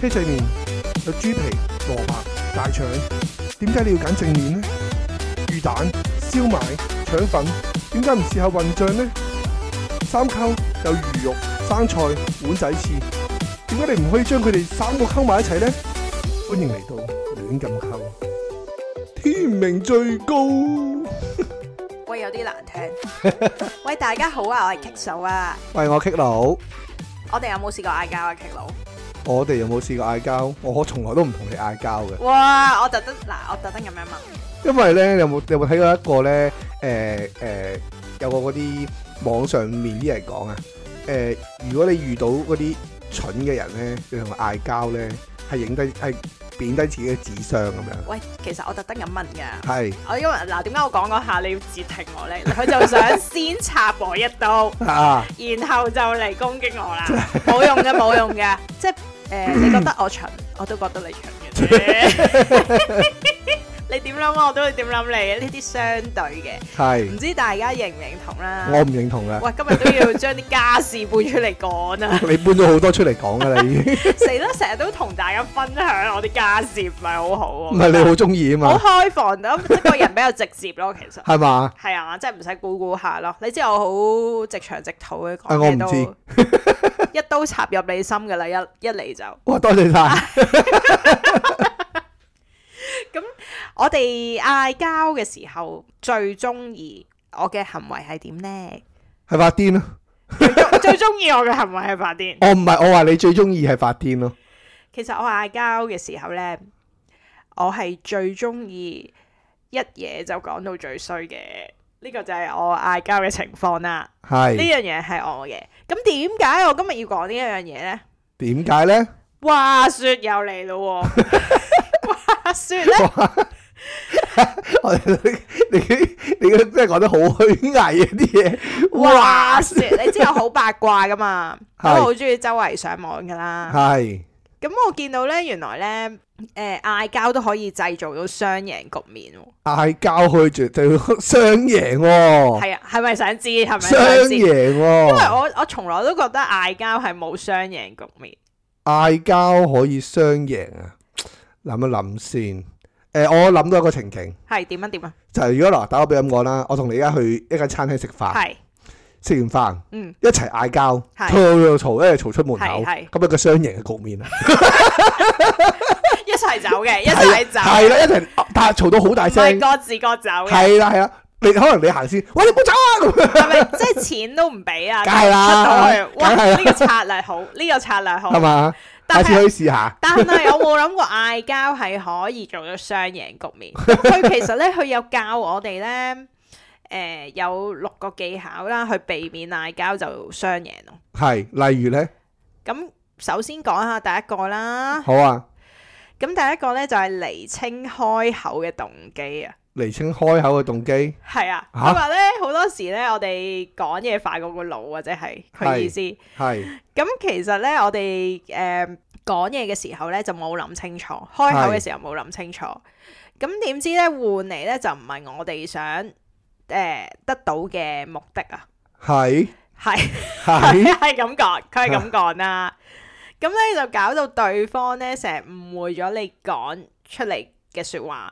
車仔麵有豬皮、蘿蔔、大腸，點解你要揀正面呢？魚蛋、燒賣、腸粉，點解唔試下混醬呢？三溝有魚肉、生菜、碗仔翅，點解你唔可以將佢哋三個溝埋一齊呢？歡迎嚟到亂咁溝，天命最高。喂，有啲難聽。喂，大家好啊，我係棘手啊。喂，我棘佬，我哋有冇試過嗌交啊，棘佬？我哋有冇試過嗌交？我從來都唔同你嗌交嘅，哇！我特登嗱，我特登咁樣問。因為咧，你有冇你有冇睇過一個咧？誒、誒、有個嗰啲網上面啲人講啊，誒、如果你遇到嗰啲蠢嘅人咧，你同佢嗌交咧，係影低係貶低自己嘅智商咁 樣，喂，其實我特登咁問㗎。係我因為嗱，點解我講嗰下你要截停我咧？佢就想先插我一刀，啊，然後就嚟攻擊我啦。冇用嘅，冇用嘅。即係誒、你覺得我蠢，我都覺得你蠢嘅啫。你點諗我都會點諗你，呢啲相對嘅，唔係，知大家認唔認同啦？我唔認同嘅。 喂，今日都要將啲家事搬出嚟 講啊！你搬咗好多出嚟講㗎啦，已經死啦，成日都同大家分享我啲家事，唔係好好唔喎。係你好中意啊好嘛，開放，咁個人比較直接咯，其實 係嘛？係啊，即係唔使估估下咯。你知我好直腸直肚嘅啊講我嘢唔都知 一刀插入你心噶啦，一一嚟就。哇，多謝晒，我哋嗌交嘅時候最中意我嘅行為係點呢？係發癲咯。最中意我嘅行為係發癲。我唔係，我話你最中意係發癲咯。其實我嗌交嘅時候呢，我係最中意一嘢就講到最衰嘅，呢、個就係我嗌交嘅情況啦。呢係樣嘢係我嘅。咁點解我今日要講呢一樣嘢呢？點解咧？話說又嚟 咯喎，話說呢， 我哋你你你真係講得好虛偽啊啲嘢。話說你知我好八卦噶嘛，咁係我好中意周圍上網噶啦。係咁我見到呢，原來呢，誒嗌交都可以製造到雙贏局面喎。嗌交去絕對雙贏喎，係啊，係咪想知？係咪雙想知？贏因為喎。我我從來都覺得嗌交係冇雙贏局面，嗌交可以雙贏啊！諗一諗先。誒，我諗到一個情景，係點啊點啊，就係如果嗱，打個比咁講啦，我同你而家去一間餐廳食飯，係食完飯嗯一齊嗌交，係嘈嘈一齊嘈出門口，係係咁一個雙贏嘅局面啊！ 一齊走嘅，一齊走，係啊啦，一齊但係嘈到好大啊唔係聲，各自各走嘅，係啦係啦，你可能你行先，喂你唔好走啊咁樣，係咪即係錢都唔俾 啊？梗係出到啦去，哇！梗係啦呢個策略好，呢個策略係好，嘛？下哦但次可以係。試下， 但係我冇諗過嗌交係可以做到雙贏局面。佢其實咧，佢有教我哋咧，誒、有六個技巧啦，去避免嗌交就雙贏咯。係例如咧，咁首先講下第一個啦。好啊，咁第一個咧就係、厘清開口嘅動機啊，釐清開口嘅動機，係啊，吓佢話咧好多時咧我哋講嘢快過個腦或者係佢係意思。係咁其實咧我哋誒講嘢嘅時候咧就冇諗清楚，開口嘅時候冇諗清楚。咁點知咧換嚟咧就唔係我哋想誒、呃得到嘅目的 啊，係係。 係佢係咁講，佢係咁講啦。 咁咧就搞到對方咧成日誤會咗你講出嚟嘅説話，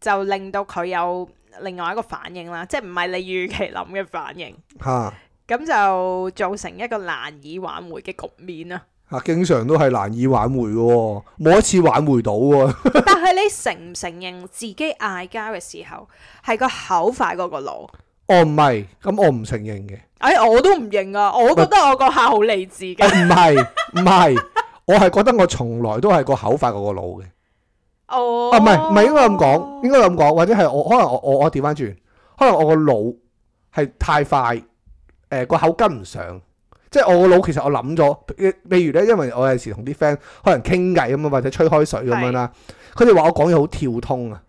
就令到佢有另外一個反應啦，即係唔係你預期諗嘅反應， 嚇咁就造成一個難以挽回嘅局面啦。嚇，經常都係難以挽回嘅喎，冇一次挽回到喎，但係你承唔承認自己嗌交嘅時候係個口快過個腦？我哦唔係，咁我唔承認嘅，哎，我都唔認啊！我覺得我個客好理智我嘅。唔係唔係，我係覺得我從來都係個口快過個腦嘅。哦，啊，唔係唔係應該咁講，應該咁講，或者係我可能我我我調翻轉，可能我個腦係太快，誒、個口跟唔上，即係我個腦其實我諗咗，譬譬如咧，因為我有時同啲 friend 可能傾偈咁啊，或者吹開水咁樣啦，佢哋話我講嘢好跳通啊，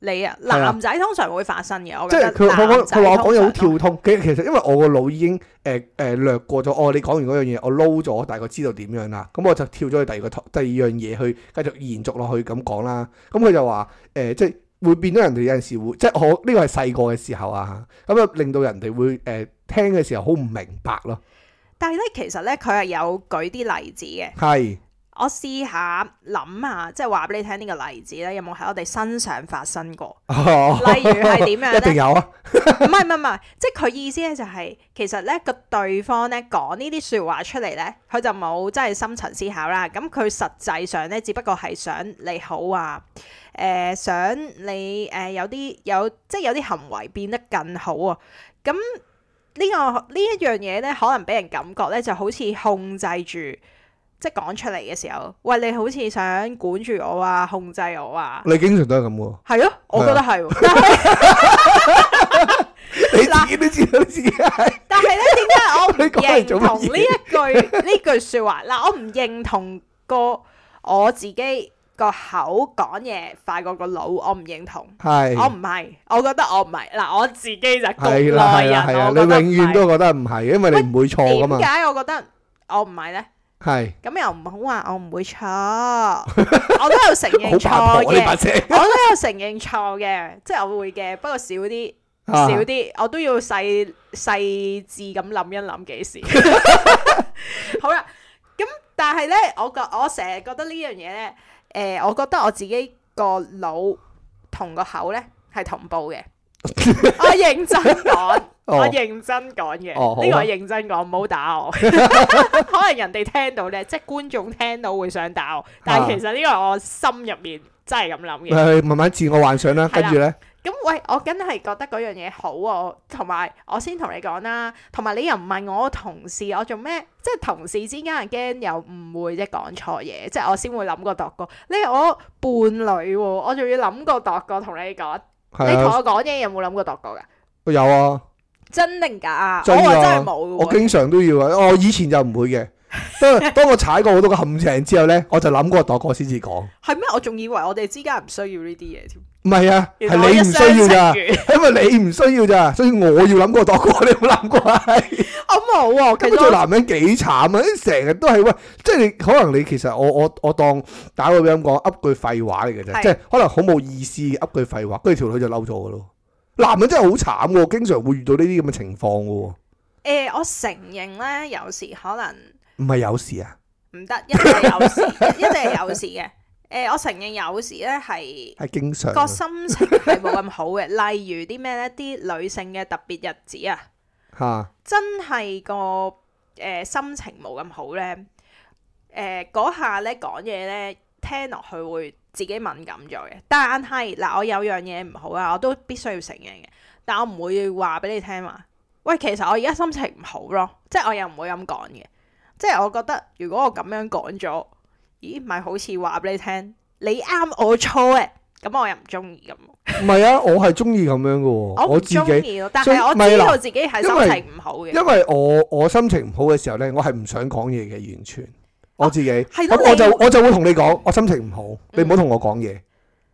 你啊，係啊男仔通常會發生嘅，我即覺係得佢佢講男仔佢話我講嘢好跳通常都通，其其實因為我個腦已經誒誒、略過咗，哦你講完嗰樣嘢，我撈咗，大概知道點樣啦，咁我就跳咗去第二個 to- 第二樣嘢去繼續延續落去咁講啦。咁佢就話誒、即係會變咗人哋有陣時會，即係我呢個係細個嘅時候啊，咁啊令到人哋會誒、聽嘅時候好唔明白咯。但係咧，其實咧佢係有舉啲例子嘅。係我試下諗下，即係話俾你聽呢個例子咧，有冇喺我哋身上發生過？ 例如係點樣一定咧？有啊，唔係唔係唔係，即係佢意思咧就係、其實咧個對方咧講呢啲説話出嚟咧，佢就冇真係深層思考啦。咁佢實際上咧，只不過係想你好啊，誒、想你誒、呃有啲有即係有啲行為變得更好啊。咁呢、個呢一樣嘢咧，可能俾人感覺咧就好似控制住。即係講出嚟嘅時候，喂，你好似想管住我啊，控制我啊，你經常都係咁 喎。係咯，我覺得係喎。但係你自己都知道你自己係但係咧，點解我唔 你講嚟做認乜同呢一句 呢句説話？嗱，我唔認同個我自己個口講嘢快過個腦，我唔認同。我係唔係，我覺得我唔係。嗱，我自己就係局係啦內係啦係人，啦，我你覺得唔係永遠都覺得唔係，因為你唔會錯噶嘛點。解我覺得我唔係呢？係咁又唔好話我唔會錯， 我都有承認好錯八婆啊呢嘅把，聲。我都有承認錯嘅，即係我會嘅，不過少啲。啊少啲，我都要細細緻咁諗一諗幾時。 好啦，咁但係呢，我覺我成日覺得呢樣嘢呢，誒、我覺得我自己個腦同個口呢係同步 嘅。我認真講，哦我認真講嘅，呢、哦好啊個我認真講，唔好 打我。可能人哋聽到呢，即係觀眾聽到會想打我，但啊係其實呢個係我心入面真係咁諗嘅。咪慢慢自我幻想啦，係跟啦住咧，咁喂，我梗係覺得嗰樣嘢好喎、同埋我先同你講啦，同埋你又唔係我同事，我做咩？即係同事之間係驚有誤會，即係講錯嘢，即係我先會諗過度過。你係我伴侶喎、我仲要諗過度過同你講。你係同啊，我講嘢有冇諗過度過㗎？有啊，真定假啊？我真㗎話真係冇我嘅喎。經常都要啊，我以前就唔會嘅。 當當我踩過好多個陷阱之後咧，我就諗過度過先至講。係咩？我仲以為我哋之間唔需要呢啲嘢添。唔係啊，原來係我你一唔廂需要咋，情願因為你唔需要咋，所以我要諗過度過，你冇諗過啊？我冇喎、咁其做實男人幾慘啊！成日都係喂，即係你可能你其實我我我當打個比咁講，噏句廢話嚟嘅啫，係即係可能好冇意思嘅噏句廢話，跟住條女就嬲咗嘅咯。男人真係好慘喎，經常會遇到呢啲咁嘅情況嘅喎，誒、我承認呢，有時可能。唔係有時啊，唔得，一定係有事， 一定係有事嘅。誒、我承認有時咧係係經常個啊。心情係冇咁好嘅， 例如啲咩咧？啲女性嘅特別日子啊，嚇真係個誒、心情冇咁好咧。誒、嗰下咧講嘢咧，聽落去會自己敏感咗嘅。但係嗱，我有樣嘢唔好啊，我都必須要承認嘅。但我唔會話俾你聽話，喂，其實我而家心情唔好咯，即係我又唔會咁講嘅。即係我覺得如果我咁樣講咗，咦，咪好似話俾你聽，你啱我錯嘅，咁我又唔中意咁。唔係啊，我係中意咁樣嘅喎，我唔我自中己，意咯，但所以係我咪知嗱道自己係因為心情唔好嘅。因為我我心情唔好嘅時候咧，我係唔想講嘢嘅，完全我自己。啊係咯咁我你嗯就我就會同你講，我心情唔好，你唔好同我講嘢。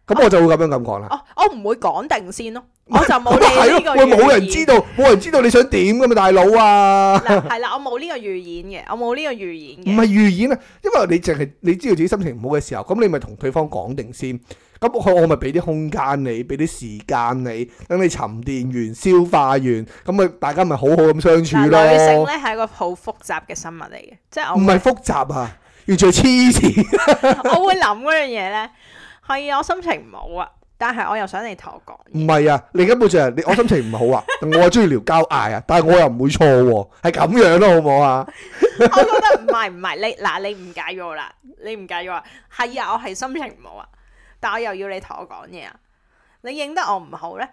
咁我就會咁樣咁講啦。哦，我唔會講定先 咯，我就冇啊係你咯喂，呢個預冇人知言道，冇人知道你想點噶嘛，大佬啊！嗱，係啦，我冇呢個預言嘅，我冇呢個預言唔嘅。係預演啊，因為你淨係你知道自己心情唔好嘅時候，咁你咪同對方講定先。咁我我咪俾啲空間你，俾啲時間你，等你沉澱完、消化完，咁咪大家咪好好咁相嗱，處女性咯。咧係一個好複雜嘅生物嚟嘅，即係我唔係複雜啊，完全係黐線。 我會諗嗰樣嘢咧，係我心情唔好啊，但係我又想你同 我講唔嘢。係啊，你根本就係你我心情唔好啊，我係中意聊交嗌啊，但係我又唔會錯喎，係咁樣咯，好唔好啊？我覺得唔係唔係，你嗱你唔介意我啦，你唔介意我啊？係啊，我係心情唔好啊，但我又要你同我講嘢啊，你認得我唔好咧，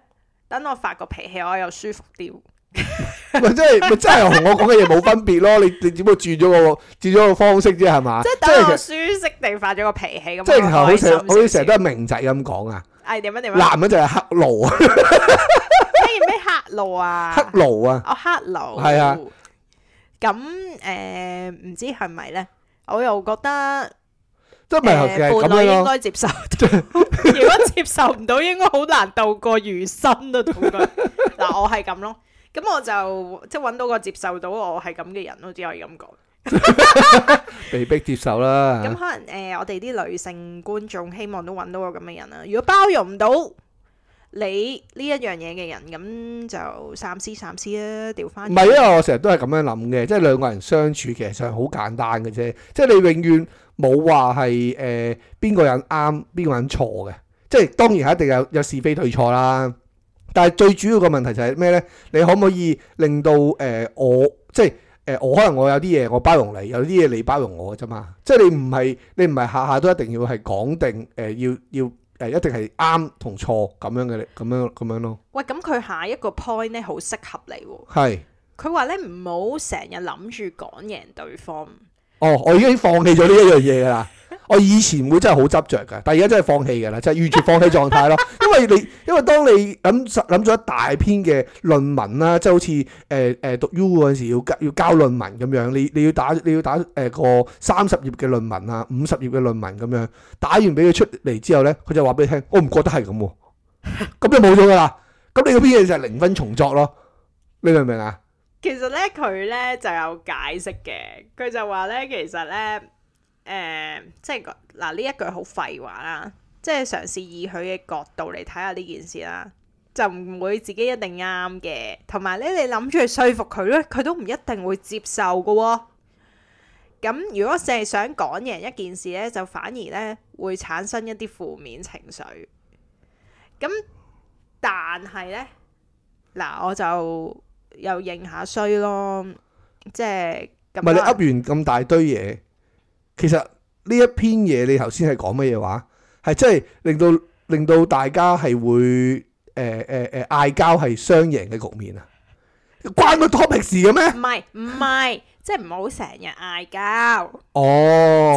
等我發個脾氣，我又舒服啲。 咪真係咪真係同我講嘅嘢冇分別咯？你 你只不過轉咗個轉咗個方式啫，係嘛？即係等我其實舒適地發咗個脾氣咁，即係其實好成好似成日都係得。明仔咁講啊，係點樣點樣？男人就係黑奴啊，咩咩黑路 啊？黑奴啊，哦，黑流係啊。咁誒，呃唔、知係咪咧？我又覺得誒、即係咪其呃實伴咁樣侶應咯？該接受 到，如果接受唔到，應該好難度過餘生啊！同 佢嗱，我係咁咯。咁我就即係揾到個接受到我係咁嘅人咯，只可以咁講。被逼接受啦咁可啊能誒、呃我哋啲女性觀眾希望都揾到個咁嘅人啦。如果包容唔到你呢一樣嘢嘅人，咁就三思三思啦，調翻唔係，因為我成日都係咁樣諗嘅，即係兩個人相處其實上好簡單嘅啫，即係你永遠冇話係誒邊個人啱，邊個人錯嘅，即係當然係一定有有是非對錯啦。但係最主要嘅問題就係咩呢？你可唔可以令到誒、呃我即係誒、呃我可能我有啲嘢我包容你，有啲嘢你包容我嘅啫嘛。即係你唔係你唔係下下都一定要係講定誒、呃要要誒、呃一定係啱同錯咁樣嘅咁樣咁樣咯，喂，咁佢下一個 point 咧，好適合你喎。係。佢話咧唔好成日諗住講贏對方，哦，我已經放棄咗呢一樣嘢噶啦。 我以前會真係好執着噶，但係而家真係放棄噶啦，就係完全放棄狀態咯。因為你因為當你諗諗咗一大篇嘅論文啦，即係好似誒誒讀 U 嗰陣時要交要交論文咁樣，你你要打你要打誒、呃個三十頁嘅論文啊，五十頁嘅論文咁樣，打完俾佢出嚟之後咧，佢就話俾你聽，我唔覺得係咁喎，咁就冇咗噶啦。咁你嗰篇嘢就係零分重作咯，你明唔明啊？其實咧佢咧就有解釋嘅。佢就話咧其實咧誒、呃即係個嗱呢一句好廢話啦，即係嘗試以佢嘅角度嚟睇下呢件事啦，就唔會自己一定啱嘅。同埋咧，你諗住去說服佢咧，佢都唔一定會接受嘅喎、咁如果淨係想講贏一件事咧，就反而咧會產生一啲負面情緒。咁但係咧，嗱我就又認下衰咯，即係咁唔係你噏啦。完咁大堆嘢，其實呢一篇嘢你頭先係講乜嘢話？係真係令到令到大家係會誒誒誒嗌交係雙贏嘅局面啊！關個 topic 事嘅咩？唔係唔係，即係唔好成日嗌交，即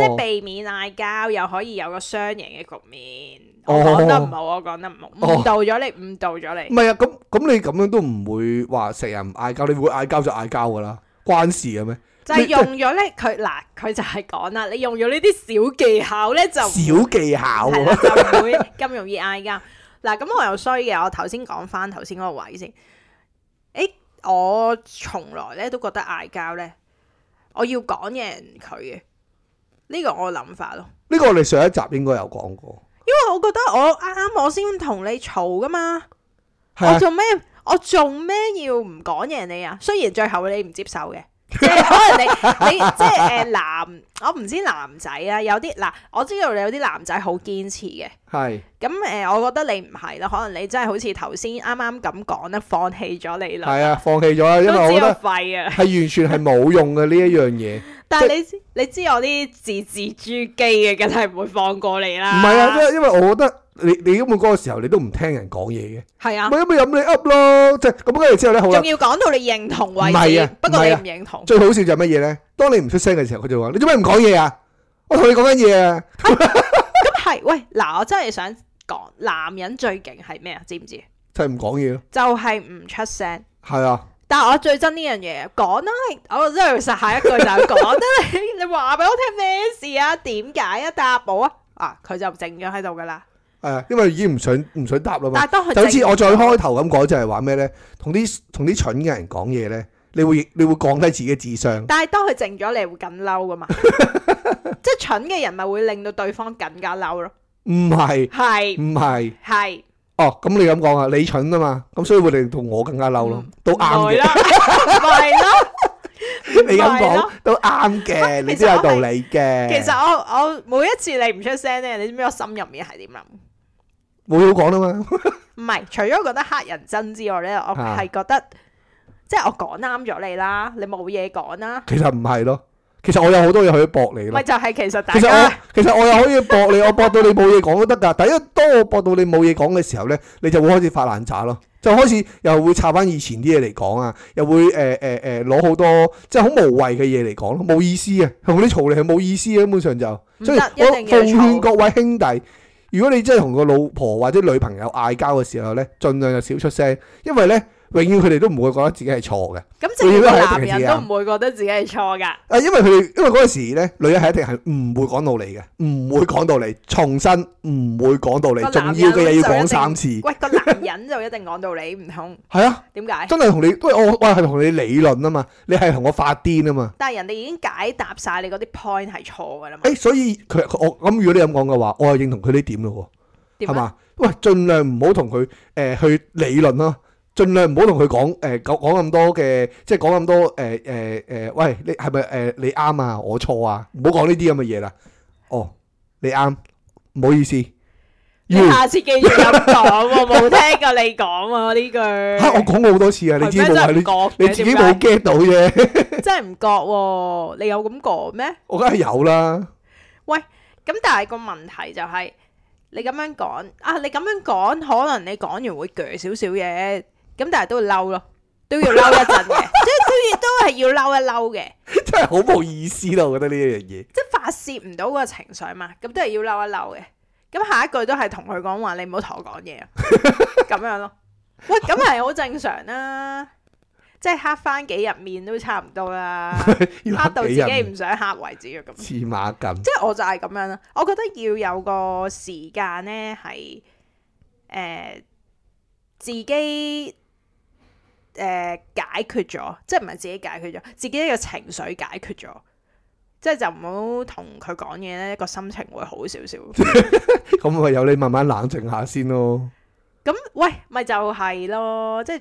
係哦，避免嗌交，又可以有個雙贏嘅局面。哦我講得唔好，我講得唔好，哦誤導咗你，誤導咗唔你。係啊，咁咁你咁樣都唔會話成日唔嗌交，你會嗌交就嗌交噶啦，關事嘅咩？就係用咗咧，佢嗱佢就係講啦，你用咗呢啲小技巧咧就唔小技巧係喎啦，就唔會咁容易嗌交。嗱，咁我又衰嘅，我頭先講翻頭先嗰個位先。誒，我從來咧都覺得嗌交咧，我要講贏佢嘅，呢個我諗法咯。呢個我哋上一集應該有講過，因為我覺得我啱我先同你嘈噶嘛，係我啊，做咩我做咩要唔講贏你啊？雖然最後你唔接受嘅。 即係可能你你即係誒、呃男，我唔知男仔啊，有啲嗱，我知道你有啲男仔好堅持嘅，係咁誒、呃我覺得你唔係啦，可能你真係好似頭先啱啱咁講啦，放棄咗理論，係啊，放棄咗啦，因為都我知覺我得廢啊！係完全係冇用嘅呢一樣嘢。但係你知你知我啲字字珠璣嘅，梗係唔會放過你唔啦。係啊，因為因為我覺得你你根本嗰個時候你都唔聽人講嘢嘅，係啊咪，咁咪任你噏咯，即係咁跟住之後咧，好啦仲，要講到你認同為唔係止，啊不過你唔係唔啊認同。最好笑就係乜嘢咧？當你唔出聲嘅時候，佢就話：你做咩唔講嘢啊？我同你講緊嘢啊！係喂，嗱，我真係想講，男人最勁係咩啊？知唔知？就係唔講嘢咯，就係唔出聲。係啊，但係我最憎呢樣嘢，講啦，你我真係實下一句就係講啦， 你你話俾我聽咩事啊？點解啊？答我啊！啊，佢就靜咗喺度噶啦。係啊，因為已經唔想唔想答啦但嘛。係當佢就好似靜我最開頭咁講，就係話咩咧？同啲同啲蠢嘅人講嘢咧，你會你會降低自己嘅智商。但係當佢靜咗，你會更 嬲噶嘛？即係蠢嘅人咪會令到對方更加嬲咯。唔係係唔係，係哦，咁你咁講啊，你蠢啊嘛，咁所以會令到我更加嬲嗯咯，都啱唔係 嘅。啦，唔係啦。你咁唔係講咯都啱嘅，你其都實有我道係理嘅。其實我我每一次你唔出聲咧，你知唔知我心入面係點諗？冇嘢好講啦嘛， 唔係，除咗覺得黑人憎之外咧，我啊係覺得即係我講啱咗你啦，你冇嘢講啦，其實唔係咯，其實我有好多嘢可以駁你咯咪。就係其實大其實我家其實我又可以駁你，我 駁到你冇嘢講都得㗎。但係當我駁到你冇嘢講嘅時候咧，你就會開始發爛渣咯，就開始又會插翻以前啲嘢嚟講啊，又會誒誒誒攞好多即係好無謂嘅嘢嚟講咯，冇意思啊，同啲嘈嚟係冇意思嘅，根本上就。唔所以得一我定奉要嘈勸各位兄弟，如果你真係同個老婆或者女朋友嗌交嘅時候咧，盡量就少出聲，因為咧永遠佢哋都唔會覺得自己係錯嘅。咁，正如我個以為係男一定係人自都己唔會覺得自己係錯噶。啊，因為佢哋因為嗰陣時咧，女人係一定係唔會講道理嘅，唔會講道理，重申唔會講道理個，重男人要嘅嘢要就一定講三次，喂，個男人就一定講道理，唔通係啊，點解？真係同你，喂我我係同你理論啊嘛，你係同我發癲啊嘛，但係人哋已經解答晒你嗰啲 point 係錯噶啦嘛誒、。所以佢佢我咁如果你咁講嘅話，我係認同佢呢點咯點係啊嘛？喂，盡量唔好同佢誒去理論啦，盡量唔好同佢講誒講講咁多嘅，即係講咁多誒誒誒，喂，你係咪誒你啱啊？我錯啊？唔好講呢啲咁嘅嘢啦。哦，你啱，唔好意思。你下次記住咁講喎，冇聽過你講喎呢句。嚇，我講過好多次啊，你自己係冇咩真係係唔你覺嘅你自己點解冇 get 到啫， 真係唔覺喎，你有咁講咩？我梗係有啦。 咁但係個問題就係、你咁樣講啊，你咁樣講，可能你講完會鋸少少嘢，咁但係都會嬲咯，都要嬲一陣嘅，即係都要都係要嬲一嬲嘅，真係好冇意思咯，我覺得呢一樣嘢。即係發泄唔到個情緒嘛，咁都係要嬲一嬲嘅。咁下一句都係同佢講話，你唔好同我講嘢啊，咁樣咯。喂，咁係好正常啦、即係黑翻幾日面都差唔多啦， 要黑到自己人唔想黑為止啊咁。黐馬筋，即係我就係咁樣啦。我覺得要有個時間呢，係誒、呃自己誒、呃解決咗，即係唔係自己解決咗，自己嘅情緒解決咗。即係就唔好同佢講嘢呢，個心情會好少少。咁咪由你慢慢冷靜下先咯。咁喂，咪就係咯，即係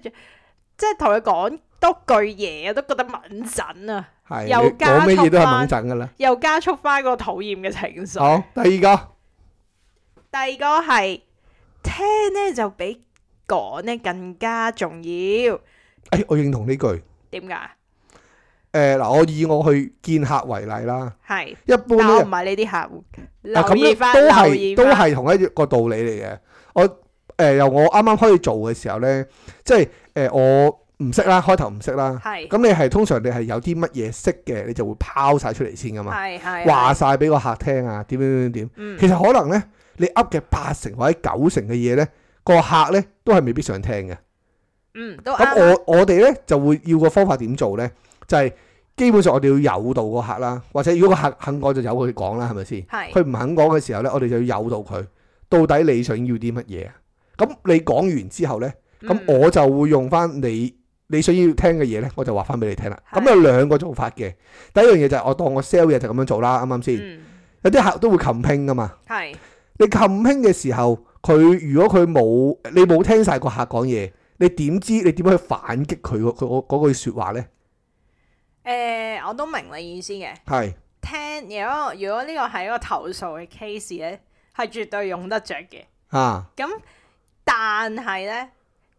即係同佢講多句嘢，都覺得敏陣啊，係，又你加講咩嘢都係速猛翻震噶啦。又加速翻個討厭嘅情緒。好，第二個第二個係聽呢就比講呢更加重要。誒，哎我認同呢句。點解？誒嗱，我以我去見客為例啦，係，一般但我唔咧，係呢啲客户。啊留咁意咧翻，都留係意都翻。係同一個道理嚟嘅。我誒由我啱啱開始做嘅時候咧，即係誒我唔識啦，開頭唔識啦。係咁你係通常你係有啲乜嘢識嘅，你就會拋晒出嚟先噶嘛，係係啊話晒俾個客聽啊，點點點點。嗯其實可能咧，你噏嘅八成或者九成嘅嘢咧，個客咧都係未必想聽嘅。嗯都咁啱。我我哋咧就會要個方法點做咧，就係、基本上我哋要誘導個客啦，或者如果個客肯講就由佢講啦，係咪先？係佢唔肯講嘅時候咧，我哋就要誘導佢，到底你想要啲乜嘢啊？咁你講完之後咧，咁嗯我就會用翻你你想要聽嘅嘢咧，我就話翻俾你聽啦。咁係有兩個做法嘅，第一樣嘢就係我當我 sell 嘢就咁樣做啦，啱唔啱先？嗯有啲客都會冚拼噶嘛。係你冚興嘅時候，佢如果佢冇你冇聽晒個客講嘢，你點知你點樣去反擊佢嗰佢嗰嗰句説話咧？誒，我都明你意思嘅。係聽如果如果呢個係一個投訴嘅 case 咧，係絕對用得着嘅。啊，咁但係咧，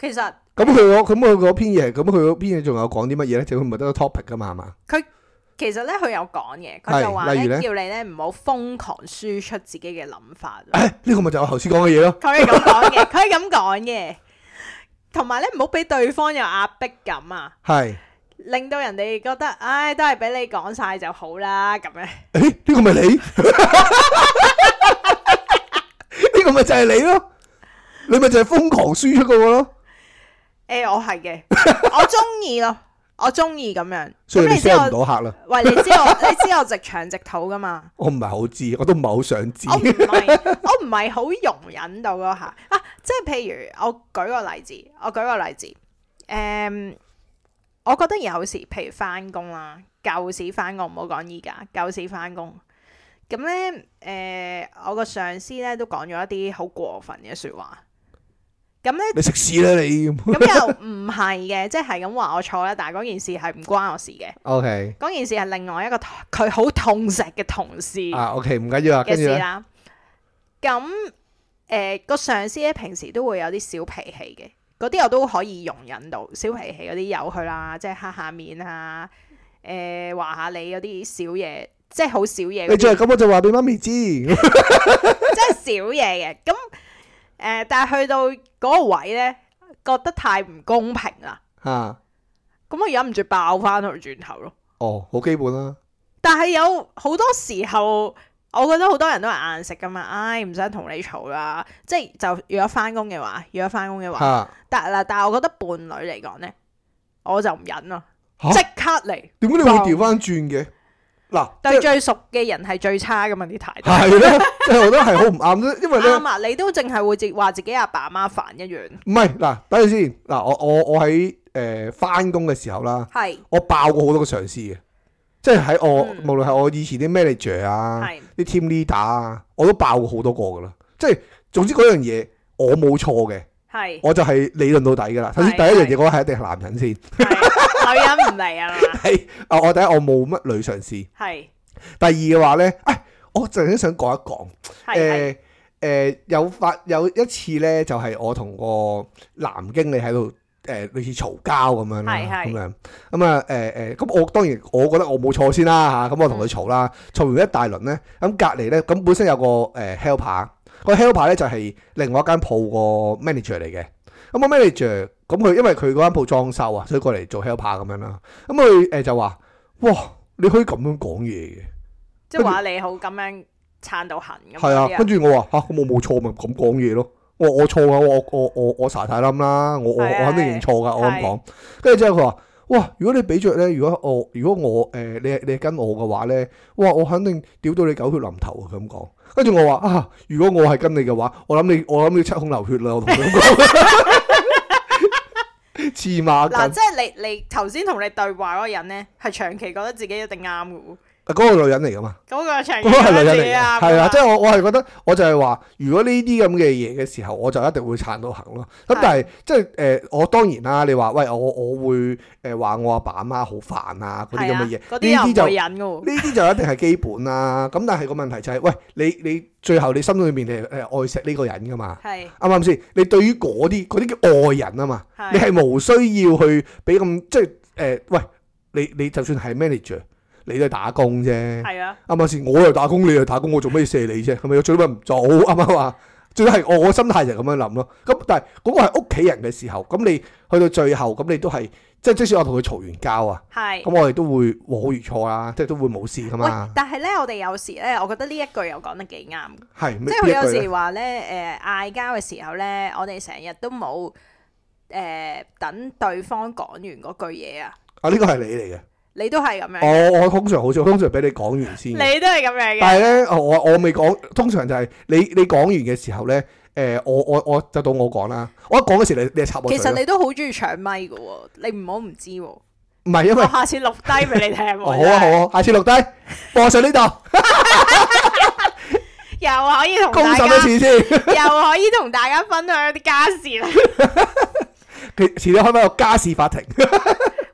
其實咁佢嗰咁佢嗰篇嘢，咁佢嗰篇嘢仲有講啲乜嘢咧？就佢唔係得個 topic 噶嘛，係嘛？其實咧，佢有講嘅，係佢就話例如咧，咧叫你咧唔好瘋狂輸出自己嘅諗法。啊誒，呢個咪就係我頭先講嘅嘢咯。佢係咁講嘅， 佢係咁講嘅，同埋咧唔好俾對方有壓迫感啊，係，令到人哋覺得，唉，都係俾你講晒就好啦，咁樣。 誒，呢個咪 你，呢個咪就係你咯，你咪就係瘋狂輸出嗰個咯。誒、我係 嘅，我中意咯，我中意咁樣。所以咁你你知 sell 唔我，到客啦，喂，你知我，你知我直 腸直肚噶嘛？我唔係好知，我都唔係好想知我。唔係，我唔係好容忍到嗰下啊！即係譬如我舉個例子，我舉個例子，誒、嗯我覺得有時譬如翻工啦，舊時翻工唔好講依家，舊時翻工咁咧，誒、呃我個上司咧都講咗一啲好過分嘅説話，咁咧你食屎啦你咁又唔係嘅，即係咁話我錯啦，但係嗰件事係唔關我事嘅， ！OK。嗰件事係另外一個佢好痛錫嘅同事。啊，OK，唔緊要啊，嘅跟住事咧，啦。咁誒個上司咧，平時都會有啲小脾氣嘅，嗰啲我都可以容忍到。小脾氣嗰啲由佢啦，即係黑下面啊，誒、話下你嗰啲小嘢，即係好小嘢嗰你啲，再係咁我就話俾媽咪知，即係小嘢嘅。咁誒、呃但係去到嗰個位咧，覺得太唔公平啦， 嚇，咁我忍唔住爆翻佢轉頭咯。哦，好基本啦，但係有好多時候，我覺得好多人都係硬食噶嘛，唉，唔想同你嘈啦。即係就如果翻工嘅話，如果翻工嘅話，嚇，但嗱，但係我覺得伴侶嚟講咧，我就唔忍咯，嚇即刻嚟。點解你會調翻轉嘅？嗱，對即最熟嘅人係最差噶嘛啲態度。係咧， 即係我覺得係好唔啱啫，因為咧，啱啊！你都淨係會自話自己阿爸阿媽煩一樣，唔係嗱，等陣先，嗱，我我我喺誒翻工嘅時候啦，係我爆過好多個上司嘅，即係喺我嗯無論係我以前啲 manager 啊，係啲 team leader 啊，我都爆過好多個噶啦，即係總之嗰樣嘢我冇錯嘅，係我就係理論到底㗎啦。首先第一係樣嘢，我係一定係男人先。係女人唔嚟啊嘛，係啊，我第一我冇乜女上司。第係二嘅話咧，誒，我陣間想講一講。係係誒誒有發有一次咧，就係我同個男經理喺度誒類似嘈交咁樣啦，係係咁樣咁啊誒誒，咁我當然我覺得我冇錯先啦嚇，咁我嗯同佢嘈啦，嘈完一大輪咧，咁隔離咧咁本身有個誒 helper，個 helper 咧就係另外一間鋪個 manager 嚟嘅，咁個 manager 咁佢因為佢嗰間鋪裝修啊，所以過嚟做 helper 咁樣啦，咁佢呃誒就話：哇，你可以咁樣講嘢嘅！即係話你好咁樣撐到痕咁係嗰啊，啲跟住我話吓，咁、我冇錯咪咁講嘢咯。我話我錯啊，我我我我查太冧啦，我我我係啊肯定認錯噶，我咁係講。跟住之後佢話：哇，如果你俾着咧，如果我如果我誒、呃你你跟我嘅話咧，哇，我肯定屌到你狗血淋頭啊！佢咁講。跟住我話啊，如果我係跟你嘅話，我諗你我諗你七孔流血啦！我同佢咁 講， 黐孖嗱，筋。即係你你頭先同你對話嗰個人咧，係長期覺得自己一定啱嘅喎，嗰、個女人嚟噶嘛？嗰個長期嗰個覺係女得人自嚟己嘅，啱㗎嘛，係啊，即係我我係覺得，我就係話，如果呢啲咁嘅嘢嘅時候，我就一定會撐到行咯。咁係但係即係誒，我當然啦，你話喂，我我會誒話我阿爸阿媽好煩啊嗰啲咁嘅嘢，係呢啊嗰啲又啲唔就會呢忍嘅喎。啲就一定係基本啦。咁但係個問題就係，喂，你你最後你心裏面你係誒愛錫呢個人噶嘛？係啱唔啱先？你對於嗰啲嗰啲叫愛人啊嘛，你係係無需要去俾咁即係誒、喂，你你就算係 manager，你都係打工啫。係啊，啱唔啱先？我又打工，你又打工，我做咩射你啫？係咪？最多咪唔做，啱唔啱啊？最多係我我心態就係咁樣諗咯。咁但係嗰個係屋企人嘅時候，咁你去到最後，咁你都係即係即使我同佢嘈完交啊，係。咁我哋都會和好如初啦，即係都會冇事噶喂嘛，。但係咧，我哋有時咧，我覺得呢一句又講得幾啱，係即咩係邊佢有一句時咧？話咧，誒嗌交嘅時候咧，我哋成日都冇誒、呃等對方講完嗰句嘢啊，啊，呢個係你嚟嘅。你都係咁樣，我我通常好少，通常俾你講完先嘅。你都係咁樣嘅，但係咧，我我我未講，通常就係你你講完嘅時候咧，誒，我我我就到我講啦。我一講嗰時，你你就插我其嘴實咯。你都好中意搶咪嘅喎，你唔好唔知喎，唔係因為我。下次錄低俾你聽喎，哦，好啊，好啊，下次錄低，播上呢度，真係又可以同公大審家一次先。 又可以同大家分享啲家事啦。佢遲啲開翻個家事法庭，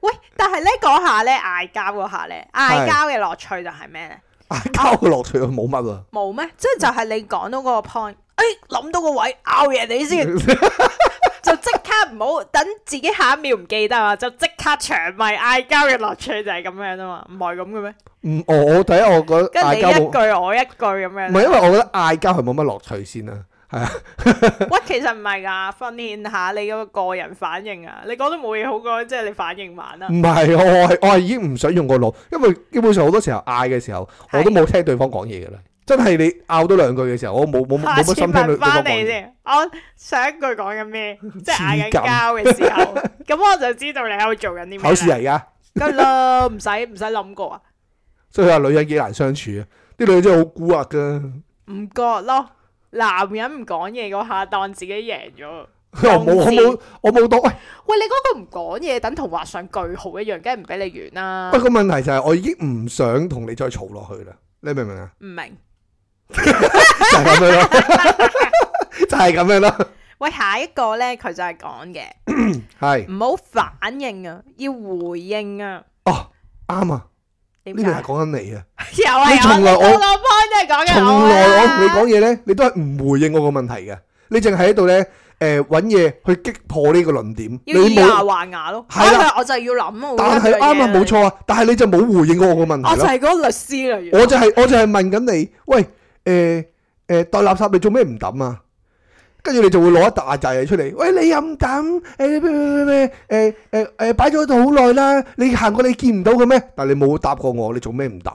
喂，但係咧嗰下咧嗌交嗰下咧，嗌交嘅樂趣就係咩咧？嗌交嘅樂趣冇乜啊。冇咩？即係就係你講到嗰個 point，哎諗到個位拗贏 你先，就即刻唔好等自己下一秒唔記得啊，就即刻長咪嗌交嘅樂趣就係咁樣啊嘛，唔係咁嘅咩？唔，我我第一我覺得跟住你嗌交一冇，句我一句咁唔係啊樣。啊因為我覺得嗌交係冇乜樂趣先啦。係啊，喂，其實唔係㗎，訓練下你嗰個個人反應啊！你講得冇嘢好講，即係你反應慢啊啦唔。係我我係我係已經唔想用個腦，因為基本上好多時候嗌嘅時候，我都冇聽對方講嘢㗎啦。真係你拗多兩句嘅時候，我冇冇冇下乜次心聽對問方講翻你嘢。先，我上一句講緊咩？即係嗌緊交嘅時候，咁我就知道你喺度做緊啲咩啦。考試嚟㗎，梗係啦，唔使唔使諗過啊，所以話女人幾難相處啊！啲女人真係好蠱惑㗎。唔覺咯。男人唔講嘢嗰下，當自己贏咗。我冇我冇我冇當喂。喂，你嗰個唔講嘢，等同畫上句號一樣，梗係唔俾你完啦不。過問題就係我已經唔想同你再嘈落去啦，你明唔明啊？唔明？就係咁樣咯， 就係咁樣咯，喂，下一個呢，佢就係講嘅，係唔好反應啊，要回應啊。哦啱啊！點呢個解？係講緊你啊，又係你從來我我老 point 都係講緊從我啊來我同你講嘢咧，你都係唔回應我個問題嘅，你淨係喺度咧誒揾嘢去擊破呢個論點，你要以牙冇，還牙咯。係啦啱啊，我就要諗啊。我但覺係得啱啊，呢樣嘢冇錯啊，但係你就冇回應過我個問題我就咯，係嗰個律師啦。原來我就係我就係問緊你，喂誒誒袋垃圾你做咩唔抌啊？跟住你就會攞一大扎嘢出嚟，喂你又唔抌？誒咩咩咩誒誒誒擺咗喺度好耐啦，你行過你見唔到嘅咩？但係你冇答過我，你做咩唔抌？